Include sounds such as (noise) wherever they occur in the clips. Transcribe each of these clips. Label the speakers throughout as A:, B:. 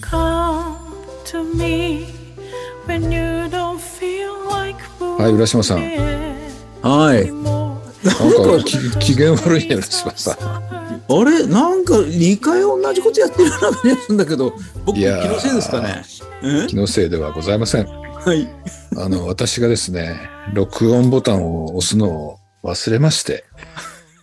A: Come to me when you don't feel like
B: はい浦島さん
C: はい。
B: なんかき機嫌悪いね浦島さん
C: あれなんか2回同じことやってるような感じがするんだけど、僕、
B: い
C: 気
B: やー
C: のせいですかね。
B: 気のせいではございません
C: はい。
B: あの私がですね録音ボタンを押すのを忘れまして、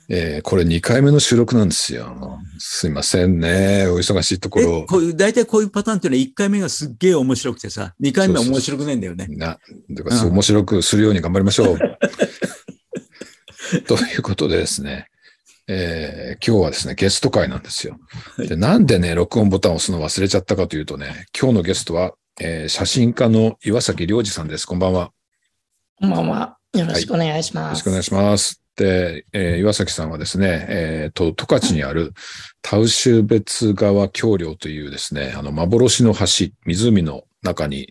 B: えーこれ2回目の収録なんですよすいませんねお忙しいとこ
C: え
B: ろ
C: こういう、大体こういうパターンっていうのは1回目がすっげえ面白くてさ、2回目は面白くないんだよね。
B: な、だからそう面白くするように頑張りましょう。 (laughs) ということでですね、えー今日はですね、ゲスト会なんですよ。でなんでね、録音ボタンを押すの忘れちゃったかというとね、今日のゲストは、えー写真家の岩崎良二さんです。こんばんは。よ
D: こんばんは。よろしくお願いしま
B: ろし
D: す。
B: くお願いします。で、えー岩崎さんはですね、えっ、と、十勝にあるタウシュ別川橋梁というですね、あの、幻の橋、湖の中に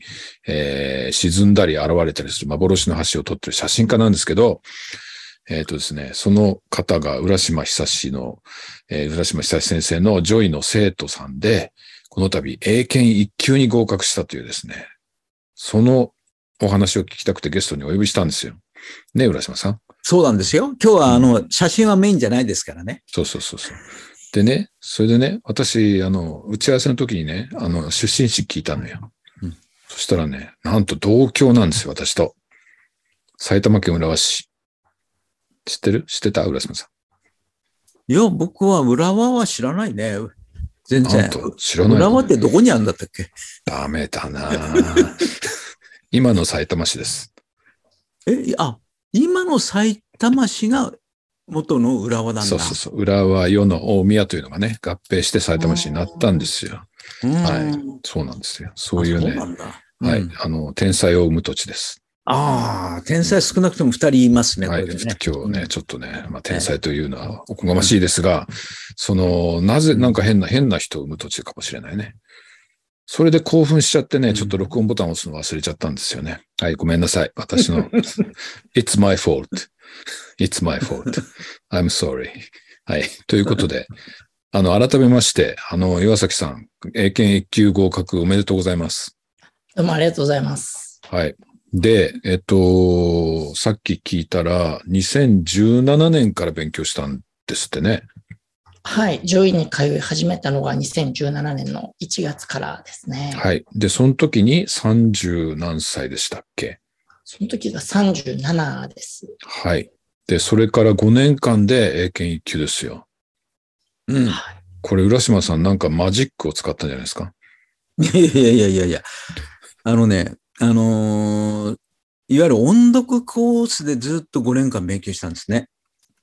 B: えー沈んだり現れたりする幻の橋を撮ってる写真家なんですけど、えっ、とですね、その方が浦島久志の、えー浦島久志先生のジョイの生徒さんで、この度英検一級に合格したというですね、そのお話を聞きたくてゲストにお呼びしたんですよ。ね、浦島さん。
C: そうなんですよ。今日はあの、写真はメインじゃないですからね。
B: そうそうそうそう。でね、それでね、私、あの、打ち合わせの時にね、あの、出身地聞いたのよ。
C: うん
B: そしたらね、なんと同郷なんですよ、私と。埼玉県浦和市。知ってる知ってた浦島さ
C: いや、僕は浦和は知らないね。全
B: ん。なん
C: 然。
B: と、知らないの。
C: 浦和ってどこにあるんだったっけ
B: ダメだな (laughs) 今の埼玉市です。
C: え、あ、今の埼玉市が元の浦和なんだ。
B: そうそうそう。浦和、世の大宮というのがね、合併して埼玉市になったんですよ。
C: うん
B: はい
C: あ
B: そうなんですよ。そ
C: そう
B: いうね
C: な、んだ。
B: は
C: う
B: い
C: ん。
B: あの、天才を生む土地です。
C: ああ、天才少なくとも2人いますね、こ
B: はい、
C: れでね。
B: 今日
C: う
B: ね、
C: ん
B: ちょっとね、まあ、天才というのはおこがましいですが、その、なぜ、なんか変な、変な人を生む土地かもしれないね。それで興奮しちゃって
C: う
B: ね、
C: ん
B: ちょっと録音ボタンを押すの忘れちゃったんですよね。はい、ごめんなさい。私
C: (laughs)
B: の、It's my fault. It's my fault. I'm sorry. はい。ということで、あの、改めまして、あの、岩崎さん、英検一級合格おめでとうございます。
D: どうもありがとうございます。
B: はい。で、えっと、さっき聞いたら、2017年から勉強したんですってね。
D: はい。上位に通い始めたのが2017年の1月からですね。
B: はい。で、その時に30何歳でしたっけ
D: その時が37です。
B: はい。で、それから5年間で英検一級ですよ。
C: うん。 (laughs) い
D: はい。
B: これ、浦島さんなんかマジックを使ったんじゃないですか
C: やいやいやいやいや。あのね、あのーいわゆる音読コースでずっと5年間勉強したんですね。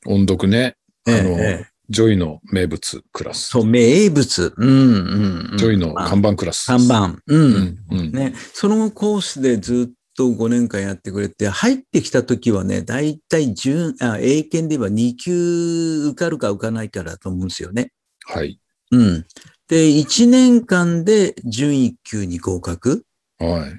B: 音読ね。あ
C: ええ
B: の、
C: ええ
B: ジョイの名物クラス。
C: そう、名物。うんうん、うん。
B: ジョイの看板クラス。
C: 看。板。う。
B: うんん。うん。
C: ね、そのコースでずっと5年間やってくれて、入ってきた時はね、だいたい準、あ、英検で言えば2級受かるか受かないかだと思うんですよね。
B: はい。
C: うん。で、1年間で準1級に合格。
B: はい。だか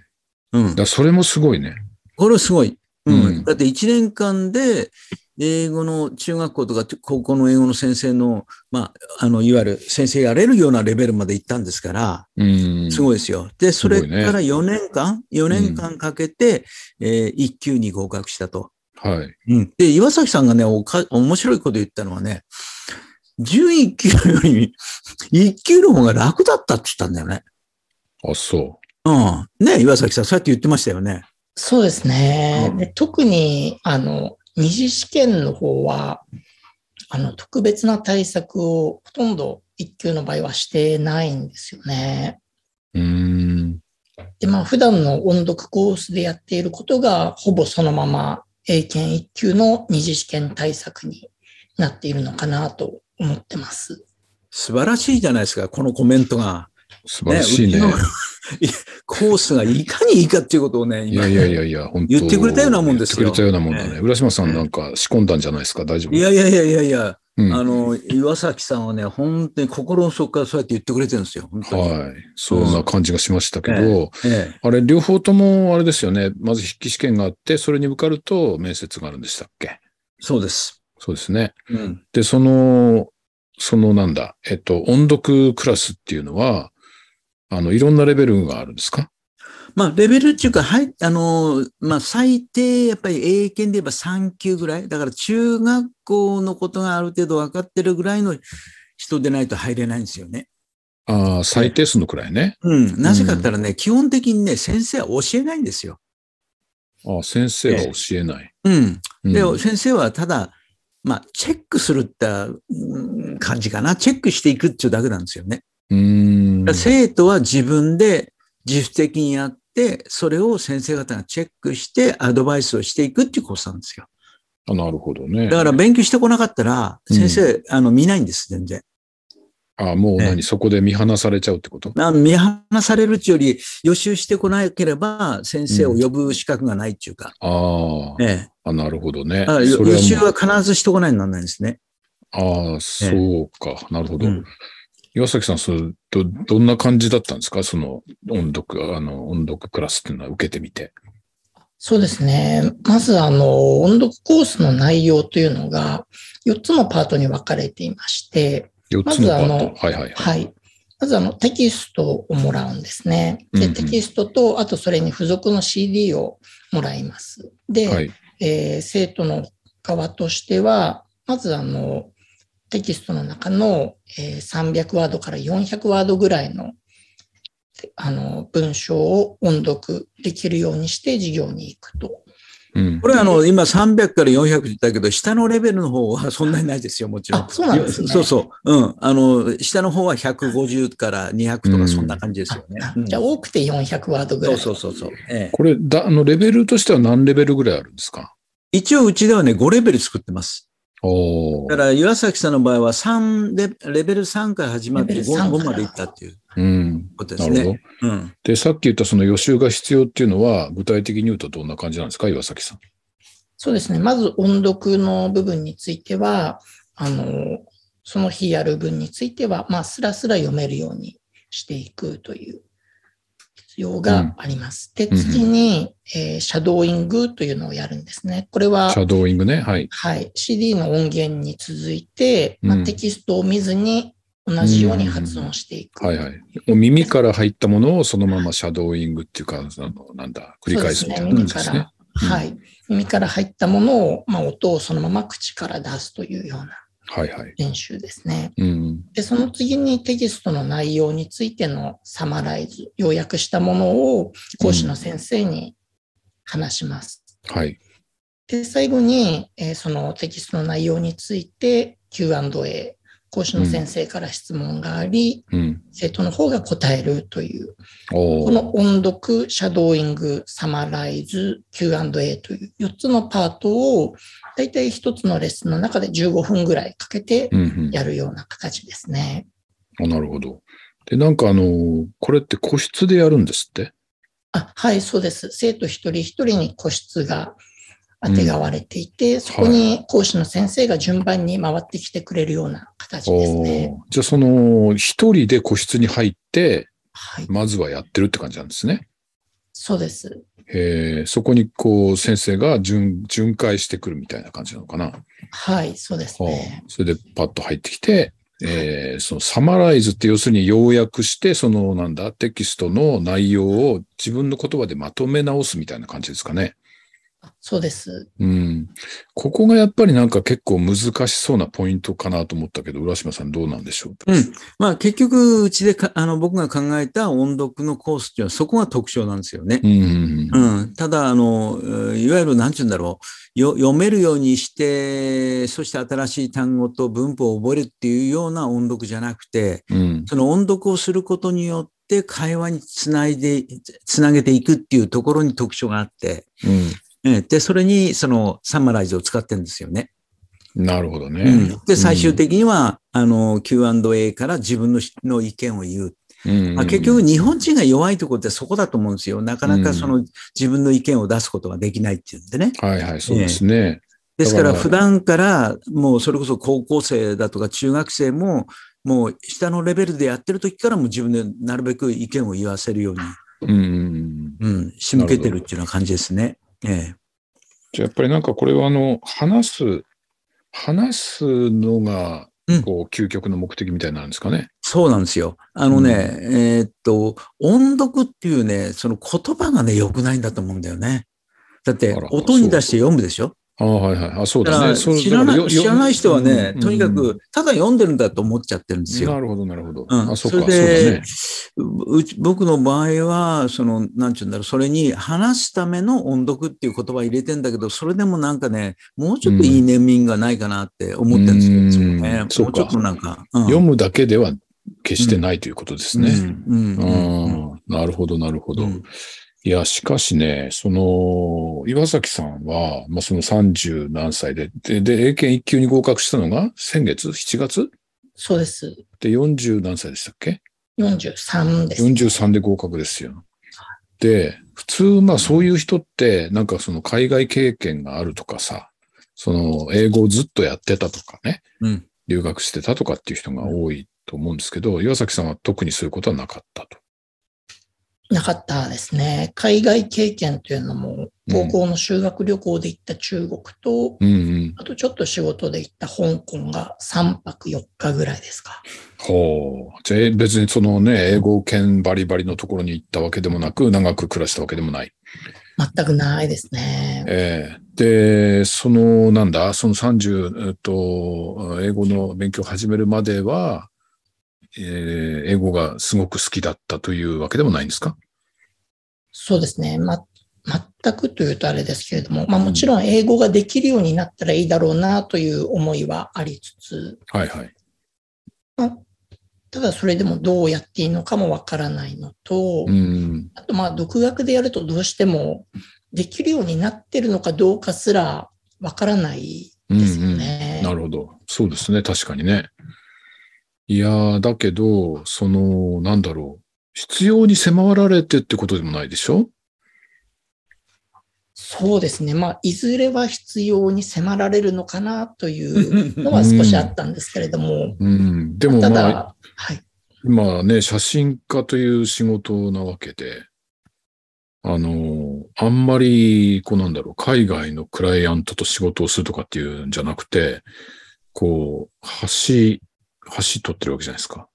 C: うん。
B: らそれもすごいね。
C: これすごい。うん。
B: うん
C: だって1年間で、英語の中学校とか高校の英語の先生の、まあ、あの、いわゆる先生やれるようなレベルまで行ったんですから、
B: うん。
C: すごいですよ。で、それ
B: すごいね
C: から4年間、4年間かけて、え1級に合格したと。
B: はい。
C: で、岩崎さんがね、おか、面白いこと言ったのはね、準1級より、1級の方が楽だったって言ったんだよね。
B: あ、そ
C: うん。ね、岩崎さん、そうやって言ってましたよね。
D: そうですね。
C: うん
D: で特に、あの、二次試験の方は、あの、特別な対策をほとんど1級の場合はしてないんですよね。
B: う。うーん。
D: で、まあ、普段の音読コースでやっていることが、ほぼそのまま英検1級の二次試験対策になっているのかなと思ってます。
C: 素晴らしいじゃないですか、このコメントが。
B: 素晴らしいね。
C: うちのコースがいかにいいかっていうことをね、
B: い
C: 今
B: やいやいやいや、本当
C: 言ってくれたようなもんですよ
B: 言ってくれたようなもんだね。
C: え
B: 浦島さんなんか仕込んだんじゃないですか、大丈夫。
C: いやいやいやいやいや、
B: うん
C: あの、岩崎さんはね、本当に心の底からそうやって言ってくれてるんですよ、本当に。
B: はい。そんな感じがしましたけど、
C: ええ
B: あれ、両方ともあれですよね。まず筆記試験があって、それに受かると面接があるんでしたっけ
C: そうです。
B: そうですね。
C: うん。
B: で、その、そのなんだ、えっと、音読クラスっていうのは、あの、いろんなレベルがあるんですか
C: まあ、レベルっていうか、はい、あのー、まあ、最低、やっぱり英検で言えば3級ぐらい。だから、中学校のことがある程度分かってるぐらいの人でないと入れないんですよね。
B: ああ、最低数のくらいね。
C: うん。なぜかって言ったらね、基本的にね、先生は教えないんですよ。
B: ああ、先生は教えない。
C: うん。
B: うん
C: で、先生はただ、まあ、チェックするってうん感じかな。チェックしていくっていうだけなんですよね。
B: うーん。
C: だから生徒は自分で自主的にやって、それを先生方がチェックしてアドバイスをしていくっていうコースなんですよ。
B: あなるほどね。
C: だから勉強してこなかったら、
B: うん
C: 先生、あの、見ないんです、全然。
B: ああ、もう
C: え
B: 何、そこで見放されちゃうってこと
C: まあ、見放されるっていうより、予習してこなければ、先生を呼ぶ資格がないっていうか。
B: ああ
C: ええ
B: あ、なるほどね。
C: だから
B: そ
C: 予
B: れ
C: 予
B: は
C: 習
B: もう
C: は必ずしてこないとなんないんですね。
B: ああ、そうか。なるほど。
C: うん
B: 岩崎さん、それど、どんな感じだったんですかその音読、あの、音読クラスっていうのは受けてみて。
D: そうですね。まず、あの、音読コースの内容というのが、4つのパートに分かれていまして、
B: 4つのパ
D: まずあ
B: ー
D: の
B: ト。はいはいはい。
D: はい。まず、あの、テキストをもらうんですね。で、
B: うんうん
D: テキストと、あとそれに付属の CD をもらいます。で、
B: はい。
D: えー生徒の側としては、まずあの、テキストの中の、えー300ワードから400ワードぐらいの、てあの、文章を音読できるようにして授業に行くと。
B: うん
C: こ。れはあの、今300から400って言ったけど、下のレベルの方はそんなにないですよ、もちろん。
D: あそうなんですね
C: そうそう。うん。あの、下の方は150から200とかそんな感じですよね
D: あ。
C: うん
D: じゃあ多くて400ワードぐ
C: そ。
D: らいう
C: そうそうそう。ええ
B: これ、だ、あの、レベルとしては何レベルぐらいあるんですか
C: 一応うちではね、5レベル作ってます。
B: おお
C: だ。から岩崎さんの場合は3レ、レベル3から始まって
D: レベ
C: 5,
D: ル3
C: 5
D: か
C: ま
D: ら
C: でいったっていう
B: うん。
C: ことで
B: な
C: す
B: るほど
C: ね。。うん。
B: で、さっき言ったその予習が必要っていうのは、具体的に言うとどんな感じなんですか岩崎さん。
D: そうですね。まず音読の部分については、あの、その日やる分については、まあ、スラスラ読めるようにしていくという必要があります。で、
B: うん
D: 次に、えーシャドーイングというのをやるんですね。これは
B: シ、ャドーイングね。はい。
D: はい、CD の音源に続いて、まあ
B: うん
D: テキストを見ずに同じように発音していく。
B: はいはい。もう耳から入ったものをそのままシャドーイングっていうか、あのなんだ、繰り返すみたいな
D: そう
B: 感
D: で
B: じですす
D: ね
B: ね。
D: 耳から、はい。耳から入ったものを、まあ、音をそのまま口から出すというような
B: はいはい。
D: 練習ですね。
B: うん。
D: で、その次にテキストの内容についてのサマライズ、要約したものを講師の先生に話します。
B: はい。
D: で、最後に、えーそのテキストの内容について Q&A、講師の先生から質問があり、
B: うん。
D: 生徒の方が答えるという、
B: お
D: こ
B: ー
D: の音読、シャドーイング、サマライズ、Q&A という4つのパートを、だいたい1つのレッスンの中で15分ぐらいかけて
B: うんうん
D: やるような形ですね。
B: あ。なるほど。で、なんかあの、これって個室でやるんですって
D: あはい、そうです。生徒一人一人に個室があてがわれていて、そこに講師の先生が順番に回ってきてくれるような形ですね。
B: おーじゃあその、一人で個室に入って、
D: はい、
B: まずはやってるって感じなんですね。
D: そうです。
B: えー、そこにこう、先生が巡、巡回してくるみたいな感じなのかな。
D: はい、そうです
B: はあ
D: ね。、
B: それでパッと入ってきて、えーそのサマライズって要するに要約して、そのなんだ、テキストの内容を自分の言葉でまとめ直すみたいな感じですかね。
D: そうです。
B: うん。ここがやっぱりなんか結構難しそうなポイントかなと思ったけど、浦島さんどうなんでしょう
C: うん。まあ結局、うちでか、あの、僕が考えた音読のコースっていうのはそこが特徴なんですよね。
B: うんうんうん。
C: うん。ただ、あの、うんいわゆる、なんて言うんだろう。よ読めるようにして、そして新しい単語と文法を覚えるっていうような音読じゃなくて、
B: うん。
C: その音読をすることによって会話につないで、つなげていくっていうところに特徴があって、ええで、それにそのサマライズを使ってるんですよね。
B: うん。なるほどね。
C: うんで、最終的には、あの、Q&A から自分のしの意見を言う。
B: うん、
C: まあ、結局、日本人が弱いところってそこだと思うんですよ。なかなかその自分の意見を出すことができないっていうんでね。
B: はいはい、そうですね。
C: ですから
B: だから
C: 普段からもうそれこそ高校生だとか中学生ももう下のレベルでやってる時からもう自分でなるべく意見を言わせるように、
B: うんうんうん。
C: うん、仕向けてるっていうような感じですね。え
B: じゃあやっぱりなんかこれはあの、話す、話すのが
C: うん
B: こう、究極の目的みたいになるんですかね。
C: そうなんですよ。あのね、えーっと、音読っていうね、その言葉がね、良くないんだと思うんだよね。だって
B: あら、
C: 音に出して読むでしょ
B: ああ、はいはい。あ、そう
C: だ
B: だ
C: から
B: ね。そう
C: 知らな
B: だ
C: い、
B: か
C: 知らない人はね、
B: うん
C: とにかく、ただ読んでるんだと思っちゃってるんです
B: な
C: よ。
B: るほど、なるほど。
C: うん
B: あ、そう
C: そ
B: か、
C: れ
B: そうだ
C: で
B: ね。、
C: うち僕の場合は、その、なんて言うんだろう、それに話すための音読っていう言葉入れてんだけど、それでもなんかね、もうちょっといいネーミングがないかなって思ってるんですよ、
B: うん
C: いつもね。もうち
B: そうか
C: ょっとなんか。うん
B: 読むだけでは決してないということですね。
C: うん。うんうん
B: ああ、なるほど、なるほど。
C: うん
B: いや、しかしね、その、岩崎さんは、まあ、その30何歳で、で、で、英検1級に合格したのが先月 ?7 月
D: そうです。
B: で、40何歳でしたっけ
D: 43です。
B: 43で合格ですよ。で、普通、まあそういう人って、なんかその海外経験があるとかさ、その英語をずっとやってたとかね、
C: うん
B: 留学してたとかっていう人が多いと思うんですけど、岩崎さんは特にそういうことはなかったと。
D: なかったですね。海外経験というのも、高校の修学旅行で行った中国と、
B: うんうん。
D: あとちょっと仕事で行った香港が3泊4日ぐらいですか。
B: ほう。じゃあ別にそのね、英語圏バリバリのところに行ったわけでもなく、長く暮らしたわけでもない。
D: 全くないですね。
B: ええで、その、なんだ、その30、えっと、英語の勉強を始めるまでは、えー英語がすごく好きだったというわけでもないんですか
D: そうですね。ま、全くというとあれですけれども、まあもちろん英語ができるようになったらいいだろうなという思いはありつつ、
B: はいはい。
D: ただそれでもどうやっていいのかもわからないのと、
B: うん。
D: あとまあ独学でやるとどうしてもできるようになってるのかどうかすらわからない
B: うん、う
D: ですよ
B: ん。
D: ね。
B: なるほど。そうですね。確かにね。いやー、だけど、その、なんだろう。必要に迫られてってことでもないでしょ
D: そうですね。まあ、いずれは必要に迫られるのかなというのは少しあったんですけれども、
B: うん。でも
D: た
B: まあ、
D: だ、はい。
B: 今ね、写真家という仕事なわけで、あの、あんまり、こうなんだろう、海外のクライアントと仕事をするとかっていうんじゃなくて、こう、橋、橋取ってるわけじゃないですか。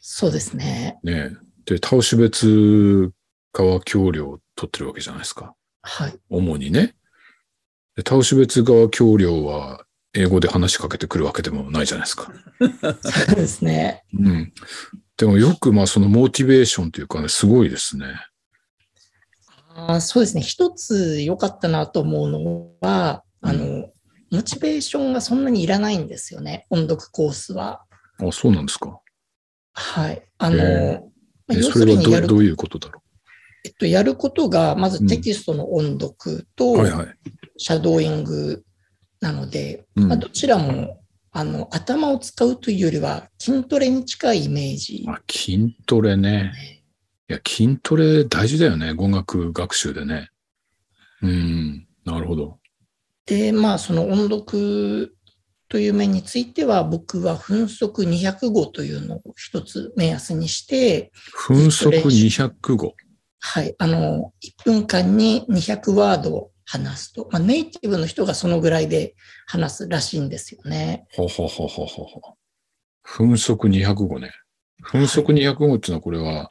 D: そうですね。
B: ねえで、タオシュベツ川橋梁を取ってるわけじゃないですか。
D: はい。 (laughs)
B: 主にね。でタオシュベツ川橋梁は英語で話しかけてくるわけでもないじゃないですか。
D: そうですね。
B: うん。でもよくまあそのモチベーションというかね、すごいですね。
D: あーそうですね。一つ良かったなと思うのは、あの、モチベーションがそんなにいらないんですよね。音読コースは。
B: あ、そうなんですか。
D: はい。あの、
B: へ
D: ま
B: え
D: あ要
B: そ
D: する
B: れは
D: にや
B: ど
D: る
B: ど、ういうことだろ
D: えっと、やることが、まずテキストの音読と、
B: う。はいはい。
D: シャドーイングなので、
B: うん
D: まあ、どちらもあの頭を使うというよりは筋トレに近いイメージ。
B: あ筋トレね。いや、筋トレ大事だよね。語学学習でね。うん。なるほど。
D: で、まあ、その音読という面については、僕は分速200語というのを一つ目安にして、
B: 分速200語。
D: はい、あの、1分間に200ワードを話すと、まあ、ネイティブの人がそのぐらいで話すらしいんですよね。
B: ほほほほほほ。分速200語ね。分速200語っていうのはこれは、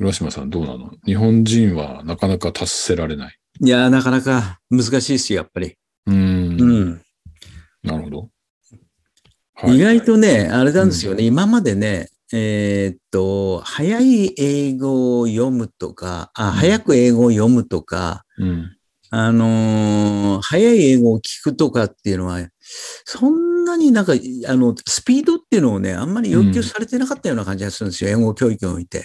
B: 浦島さんどうなの日本人はなかなか達せられない。
C: いやー、なかなか難しいですよ、やっぱり。
B: うん。
C: うん。
B: なるほど。
C: 意外とね、あれなんですよね。今までね、えーっと、早い英語を読むとか、あ、早く英語を読むとか、
B: うん。
C: あのー早い英語を聞くとかっていうのは、そんなになんか、あの、スピードっていうのをね、あんまり要求されてなかったような感じがするんですよ。英語教育において。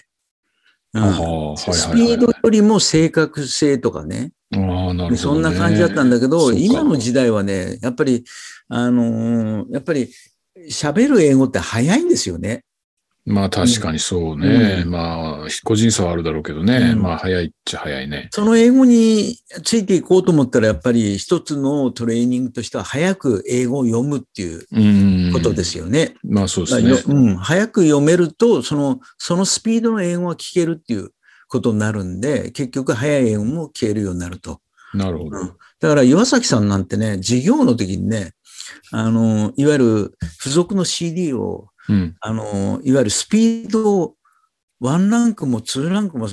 C: うん
B: ああ、はいはいはい。
C: スピードよりも正確性とかね。
B: ああ、なるほど、ね。
C: そんな感じだったんだけ
B: そう
C: ど、
B: か
C: 今の時代はね、やっぱり、あのーやっぱり、喋る英語って早いんですよね。
B: まあ確かにそうね。
C: うん
B: まあ、個人差はあるだろうけどね。
C: うん
B: まあ早いっちゃ早いね。
C: その英語についていこうと思ったら、やっぱり一つのトレーニングとしては、早く英語を読むっていう
B: うん。
C: ことですよね。
B: まあそうで
C: だ
B: す
C: から
B: ね
C: よ。うん、早く読めると、その、そのスピードの英語が聞けるっていうことになるんで、結局早い英語も聞けるようになると。
B: なるほど。
C: だから岩崎さんなんてね、授業の時にね、あの、いわゆる付属の CD を、
B: うん。
C: あの、いわゆるスピードを1ランクも2ランクも、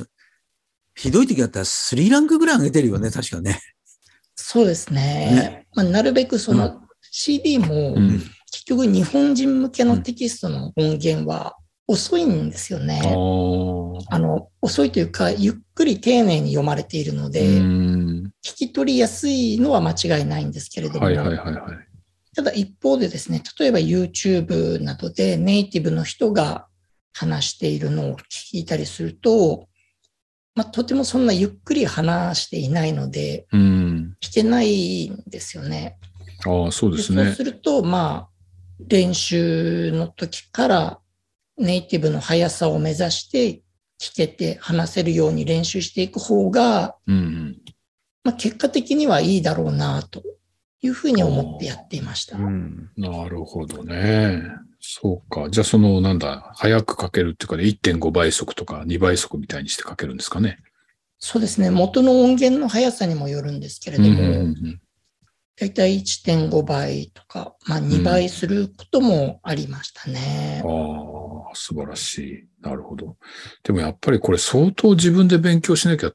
C: ひどい時だったら3ランクぐらい上げてるよね、確かね。
D: そうですね。まあ、なるべくそうの CD も
B: う、ん。
D: 結局日本人向けのテキストの音源は遅いんですよね。
B: あー
D: あの、遅いというか、ゆっくり丁寧に読まれているので、
B: うん。
D: 聞き取りやすいのは間違いないんですけれども、
B: はいはいはいはい。
D: ただ一方でですね、例えば YouTube などでネイティブの人が話しているのを聞いたりすると、まあ、とてもそんなゆっくり話していないので、
B: うん。
D: 聞けないんですよね。
B: ああ、そうで
D: ですそう
B: ね
D: す。ると、まあ、練習の時からネイティブの速さを目指して聞けて話せるように練習していく方が、
B: うん
D: まあ、結果的にはいいだろうなというふうに思ってやっていました。
C: ん。
B: うん。なるほどね。そうか。じゃあ、その、なんだ、早くかけるっていうかね、1.5倍速とか2倍速みたいにしてかけるんですかね。
D: そうですね。元の音源の速さにもよるんですけれ
B: う
D: ど
B: んう
D: も、
B: んうん
D: だいたい1.5倍とか、まあ、2倍することもありましたね。
B: うん。ああ、素晴らしい。なるほど。でもやっぱりこれ相当自分で勉強しなきゃ、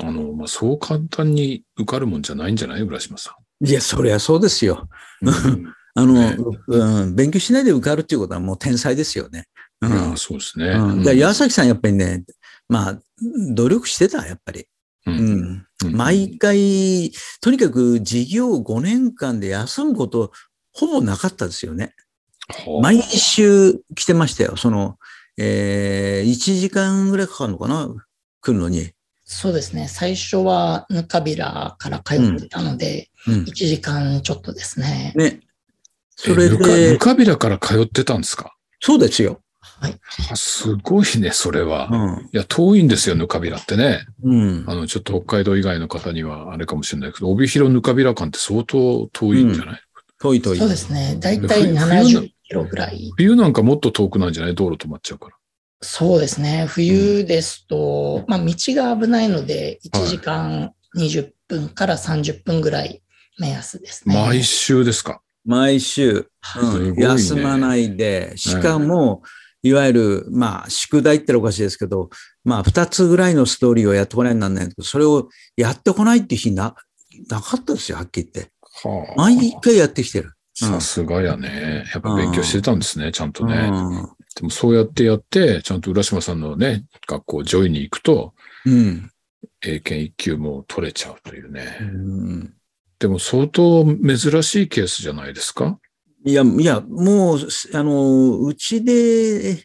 B: あの、まあ、そう簡単に受かるもんじゃないんじゃない浦島さ
C: いや、そりゃそうですよ。
B: ん。うん
C: あ
B: (laughs) ね
C: の、うん、勉強しないで受かるっていうことはもう天才ですよね。う
B: いや
C: ん
B: ー、そうですね。
C: うんだから岩崎さんやっぱりね、まあ、努力してた、やっぱり。
B: う
C: うんん。毎回、とにかく事業5年間で休むこと、ほぼなかったですよね。毎週来てましたよ。その、えー、1時間ぐらいかかるのかな来るのに。
D: そうですね。最初はぬかびらから通ってたので、
C: うん
D: 1。時間ちょっとですね。
C: ね。そ
B: そ
C: れ
B: れで。
C: で
B: ぬ、かびらから通ってたんですか
C: そうですよ。
D: はい。
B: あすごいね、それは。
C: う
B: い
C: ん。
B: や、遠いんですよ、ぬかびらってね。
C: うん
B: あ。の、ちょっと北海道以外の方にはあれかもしれないけど、帯広ぬかびら間って相当遠いんじゃない、
C: 遠い遠い
D: そう。ですね。だいた
B: ふ
D: い
B: 冬の
D: 70キロぐらい。
B: 冬なんかもっと遠くなんじゃない道路止まっちゃうから。
D: そうですね。冬ですと、まあ、道が危ないので、1時間20分から30分ぐらい目安ですね。
B: 毎週ですか。
C: 毎週、
B: すごい
C: うん
B: ね
C: 休まないで、しかも、いわゆる、まあ、宿題って言ったらおかしいですけど、まあ、二つぐらいのストーリーをやってこないとなんないんだけど、それをやってこないっていう日な、なかったですよ、はっきり言って。
B: はあ
C: 毎回やってきてる。
B: さすがやね。やっぱ勉強してたんですね、ちゃんとね。
C: うん
B: でもそうやってやって、ちゃんと浦島さんのね、学校ジョイに行くと、
C: うん。
B: 英検一級も取れちゃうというね。
C: うん
B: でも相当珍しいケースじゃないですか
C: いや、いや、もう、あの、うちで、えー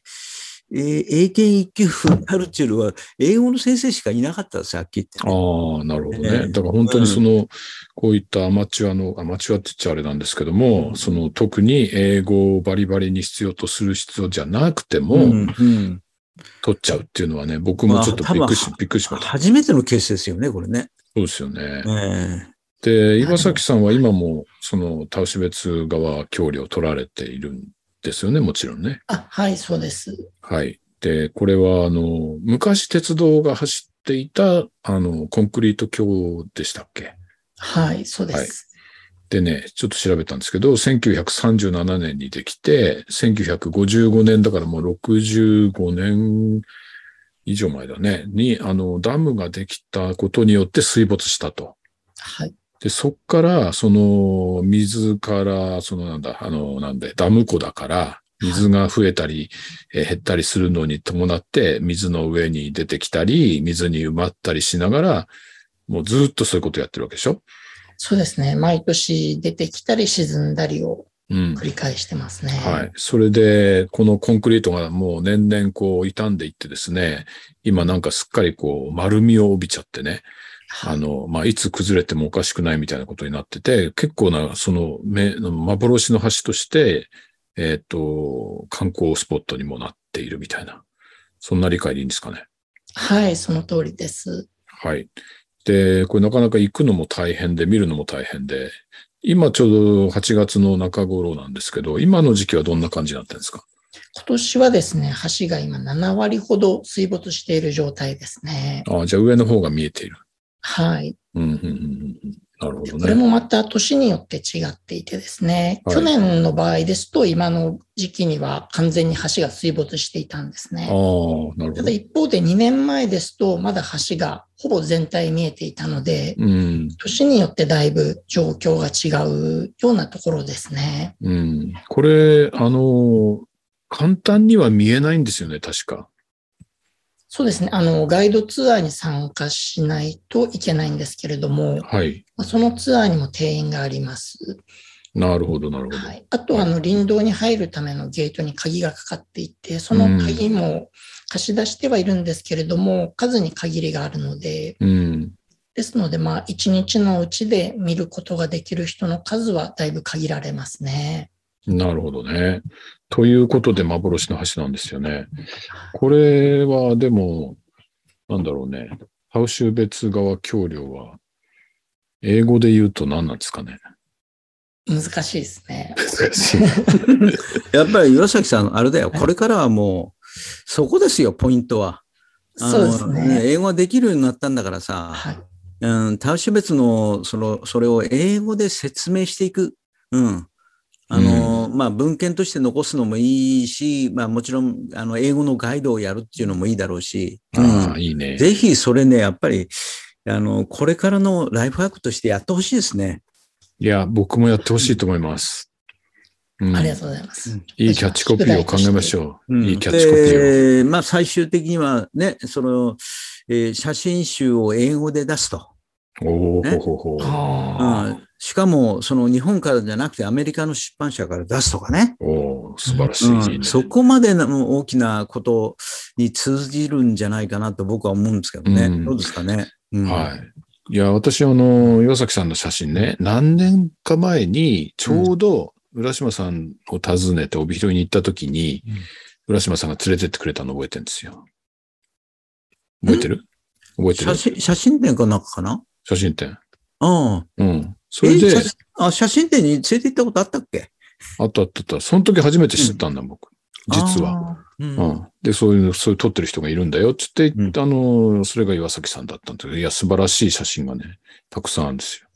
C: 英検一級カルチュールは、英語の先生しかいなかったですよ、はっきり言って。
B: ああ、なるほど
C: ええ
B: ね。だから本当にその、こういったアマチュアの、アマチュアって言っちゃあれなんですけども、その特に英語をバリバリに必要とする必要じゃなくても、
C: うんうん
B: 取っちゃうっていうのはね、僕もちょっとびっくりし
C: まあ多分、
B: びっくりしました。
C: 初めてのケースですよね、これね。
B: そうですよね。
C: え
B: で、岩崎さんは今も、その、タウシベツ側協理を取られているんですよね、もちろんね。
D: あはい、そうです。
B: はい。で、これは、あの、昔鉄道が走っていた、あの、コンクリート橋でしたっけ
D: はい、そうです。
B: でね、ちょっと調べたんですけど、1937年にできて、1955年だからもう65年以上前だね、に、あの、ダムができたことによって水没したと。
D: はい。
B: で、そっから、その、水から、そのなんだ、あの、なんで、ダム湖だから、水が増えたり、えー減ったりするのに伴って、水の上に出てきたり、水に埋まったりしながら、もうずっとそういうことやってるわけでしょ
D: そうですね。毎年出てきたり沈んだりを
B: うん。
D: 繰り返してますね。
B: はい。それで、このコンクリートがもう年々こう傷んでいってですね、今なんかすっかりこう丸みを帯びちゃってね、あの、まあ、いつ崩れてもおかしくないみたいなことになってて、結構な、その、め幻の橋として、えっ、と、観光スポットにもなっているみたいな、そんな理解でいいんですかね。
D: はい、その通りです。
B: はい。で、これなかなか行くのも大変で、見るのも大変で、今ちょうど8月の中頃なんですけど、今の時期はどんな感じになってるんですか
D: 今年はですね、橋が今7割ほど水没している状態ですね。
B: ああ、じゃあ上の方が見えている。
D: はい。
B: うんうんうんうんなるほど
D: これ
B: ね。
D: もまた年によって違っていてですね、
B: はい
D: 去年の場合ですと、今の時期には完全に橋が水没していたんです
B: ああ
D: ね。
B: ー、なる
D: た
B: ほ
D: だ
B: ど。
D: 一方で2年前ですと、まだ橋がほぼ全体見えていたので、
B: うん。
D: 年によってだいぶ状況が違うようなところですね。
B: うん。これ、あの、簡単には見えないんですよね、確か。
D: そうですね。あの、ガイドツアーに参加しないといけないんですけれども、
B: はい。
D: まあそのツアーにも定員があります。
B: なるほど、なるほど。
D: はい。あと、あの、林道に入るためのゲートに鍵がかかっていて、その鍵も貸し出してはいるんですけれども、数に限りがあるので、
B: うん。
D: ですので、まあ、一日のうちで見ることができる人の数はだいぶ限られますね。
B: なるほどね。ということで、幻の橋なんですよね。これは、でも、なんだろうね。ハウシュ別川橋梁は、英語で言うと何なんですかね。
D: 難しいですね。
B: 難しい。
C: やっぱり岩崎さん、あれだよ、これからはもう、そこですよ、ポイントは。あ
D: そう
C: の
D: ですね。
C: 英語ができるようになったんだからさ、
D: はい。
C: うん、タウシュベツのそのそれを英語で説明していく。うんあのまあ、文献として残すのもいいし、まあ、もちろんあの英語のガイドをやるっていうのもいいだろうし、
B: あ
C: う
B: (laughs) あ、
C: ん
B: いいね。
C: ぜひそれね、やっぱりあのこれからのライフワークとしてやってほしいですね。
B: いや、僕もやってほしいと思います。うん
D: ありがとうございます。
B: いいキャッチコピーを考えましょう。いいキャッチコピーを。
C: で、まあ、最終的にはね、その、えー写真集を英語で出すと。
B: おお、
C: ね
B: ほほほ。
D: あ
C: うんしかも、その日本からじゃなくてアメリカの出版社から出すとかね。
B: おお、素晴らしい。いい
C: うん、
B: ね
C: そこまでの大きなことに通じるんじゃないかなと僕は思うんですけどね。
B: うん
C: どうですかね。うん
B: はい。いや、私、あの、岩崎さんの写真ね、何年か前に、ちょうど、浦島さんを訪ねて帯広に行った時に、浦島さんが連れてってくれたの覚えてるんですよ。覚えてる覚えてる
C: 写真写真展かなんかかな
B: 写真展。
C: ああ。
B: うん。それ
C: え
B: で
C: 写、真あ、写真展に連れて行ったことあったっけ
B: あったあったあった。その時初めて知ったんだ、僕。実は。。
C: ああうん
B: うん。で、そういう、そういう撮ってる人がいるんだよっつって、
C: うん
B: あの、それが岩崎さんだったんだけど、いや、素晴らしい写真がね、たくさんあるんですよ。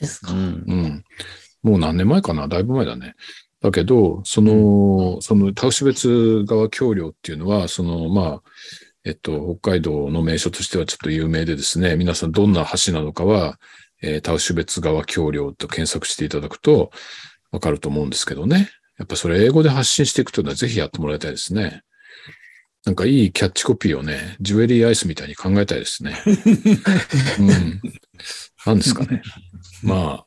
D: ですか。
C: うん
B: うん。もう何年前かなだいぶ前だね。だけど、その、その、タウシュベツ川橋梁っていうのは、その、まあ、えっと、北海道の名所としてはちょっと有名でですね、皆さんどんな橋なのかは、えータウシュベツ川橋梁と検索していただくと、わかると思うんですけどね。やっぱそれ英語で発信していくというのはぜひやってもらいたいですね。なんかいいキャッチコピーをね、ジュエリーアイスみたいに考えたいですね。うん。なんですかね。まあ、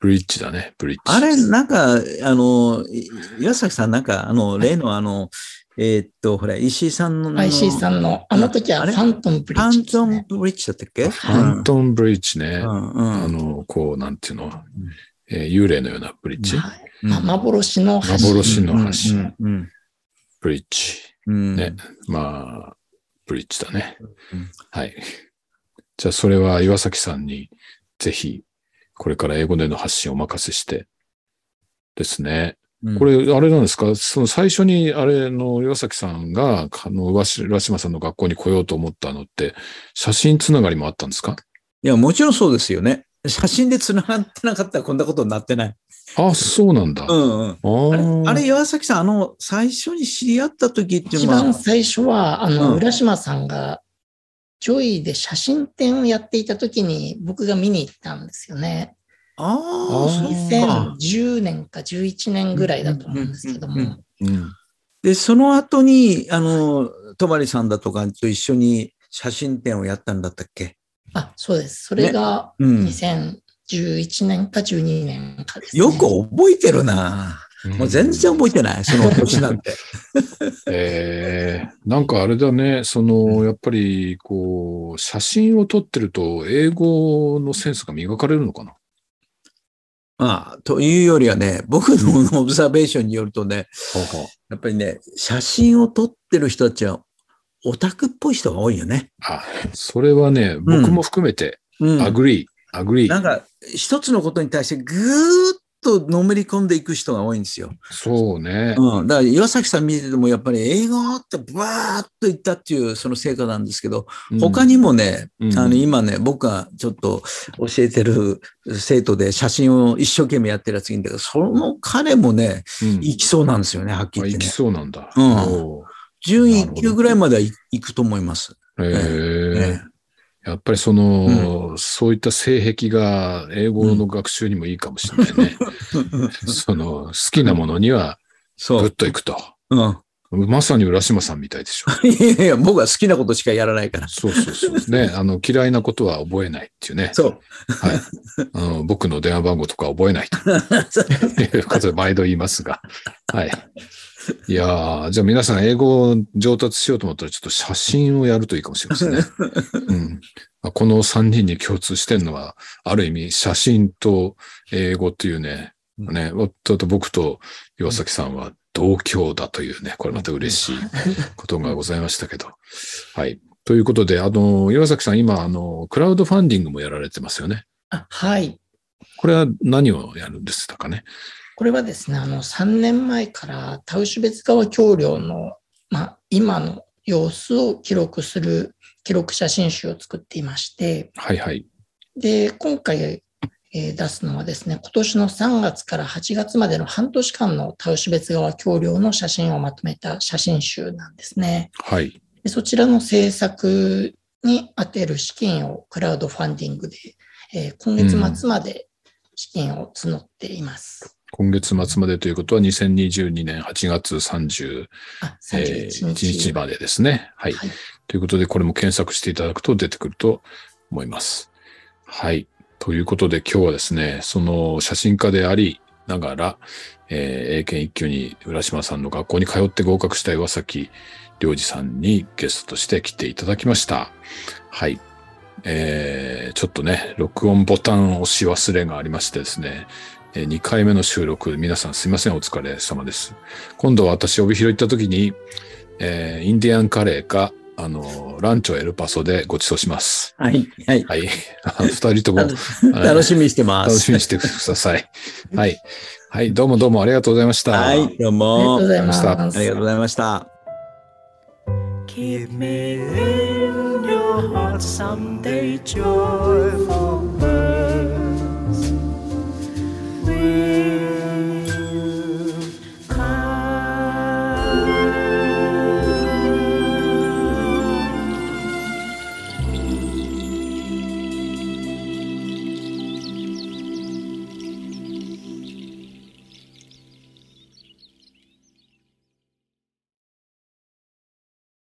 B: ブリッジだね、ブリッジ。
C: あれ、なんか、あの、い岩崎さん、なんか、あの、例の、あの、えーっと、ほら、石井さんの、
D: IC さんの、あの時は
C: あれ
D: ファントンブリ
C: パ
D: ッジ
C: ン
D: で
C: ト
D: す、
C: ン
D: ね。
C: ブリッジだったっけ
B: ファントンブリッジね。
C: うんうん
B: あの、こう、なんていうの、えー幽霊のようなブリッジ。
D: はい
C: うん
D: あ幻の橋。
B: 幻の橋、
C: うんうん
B: ブリッジ。
C: うん
B: ねまあ、ブリッジだね
C: うん。
B: はい。じゃあ、それは岩崎さんに、ぜひ、これから英語での発信をお任せして、ですね。
C: うん
B: これ、あれなんですかその最初に、あれの、岩崎さんが、あの、浦島さんの学校に来ようと思ったのって、写真つながりもあったんですか
C: いや、もちろんそうですよね。写真で繋がってなかったらこんなことになってない。
B: あ、そうなんだ。
C: う
B: あ
C: んうん。あ
B: ー
C: れ、あれ岩崎さん、あの、最初に知り合った時っていう
D: 一
C: のは、
D: 番最初は、あの、
C: うん
D: 浦島さんが、ジョイで写真展をやっていた時に僕が見に行ったんですよね。
C: あ
B: あ
C: あ、そうか。
D: 2010年か11年ぐらいだと思うんですけど
C: うんうんうん
D: も。
B: うん。
C: で、その後に、あの、戸張さんだとかと一緒に写真展をやったんだったっけ
D: あ、そうです。それが
C: うん。
D: 2011年か12年かです、ね。
C: よく覚えてるな。もう全然覚えてない、その年なん (laughs) て。
B: えーなんかあれだね、その、やっぱり、こう、写真を撮ってると、英語のセンスが磨かれるのかな
C: まあ、というよりはね、僕のオブザベーションによるとね、やっぱりね、写真を撮ってる人たちはオタクっぽい人が多いよね。
B: あ、それはね、僕も含めて、
C: うん
B: アグリー、アグリ
C: な
B: ー。
C: んか、一つのことに対してぐーっとのめり込んでいく人が多いんですよ。
B: そうね。
C: うん。だから岩崎さん見ててもやっぱり英語ってブワーッといったっていうその成果なんですけど、他にもね、
B: うん
C: あの今ね、僕がちょっと教えてる生徒で写真を一生懸命やってるやついるんだけど、その彼もね、
B: うん、うん
C: 行きそうなんですよね、はっき
B: あ
C: り言
B: 行
C: って、
B: き
C: ね。
B: そうなんだ。
C: うん
B: お
C: 順位1級ぐらいまではい行くと思います。
B: ーへえ
C: ね。
B: やっぱりその、そういった性癖が英語の学習にもいいかもしれないね。その、好きなものには
C: (laughs) そ
B: ぐっ
C: う。
B: といくと。
C: うん。
B: まさに浦島さんみたいでしょ。
C: いやいや、僕は好きなことしかやらないから。
B: そうそうそう。ね、あの、嫌いなことは覚えないっていうね。
C: そう。 (laughs)
B: はい。あの僕の電話番号とか覚えないということで毎度言いますが。はい。いやーじゃあ皆さん英語を上達しようと思ったらちょっと写真をやるといいかもしれませんね。うんまあこの3人に共通してるのは、ある意味写真と英語というね、
C: うん
B: ね、おっとと僕と岩崎さんは同郷だというね、これまた嬉しいことがございましたけど。はい。ということで、あの、岩崎さん今、あの、クラウドファンディングもやられてますよね。
D: あはい。
B: これは何をやるんでしたかね。
D: これはですね、あの、3年前からタウシュベツ川橋梁の、まあ、今の様子を記録する記録写真集を作っていまして、
B: はいはい。
D: で、今回、えー出すのはですね、今年の3月から8月までの半年間のタウシュベツ川橋梁の写真をまとめた写真集なんですね。
B: はい。
D: でそちらの制作に充てる資金をクラウドファンディングで、えー今月末まで資金を募っています。
B: 今月末までということは2022年8月31
D: あ、
B: 日
D: 31日。
B: までですね。はい。
D: はい
B: ということで、これも検索していただくと出てくると思います。はい。ということで、今日はですね、その写真家でありながら、えー英検一級に浦島さんの学校に通って合格した岩崎良二さんにゲストとして来ていただきました。はい。えー、ちょっとね、録音ボタン押し忘れがありましてですね、え2回目の収録、皆さんすいません、お疲れ様です。今度私、帯広行った時に、えーインディアンカレーか、あの、ランチョエルパソでご馳走します。
C: はい。はい。
B: はい。 (laughs) あの二人とも
C: 楽楽しみにしてま
B: 楽し
C: す。
B: みにしてください。はい。はい、どうもどうもありがとうございました。
C: はい。どう
D: ありがとう
C: も
D: ご。ざいます。
B: あ
C: ありがとうございました。
A: Keep me in your heart someday, joyful bird.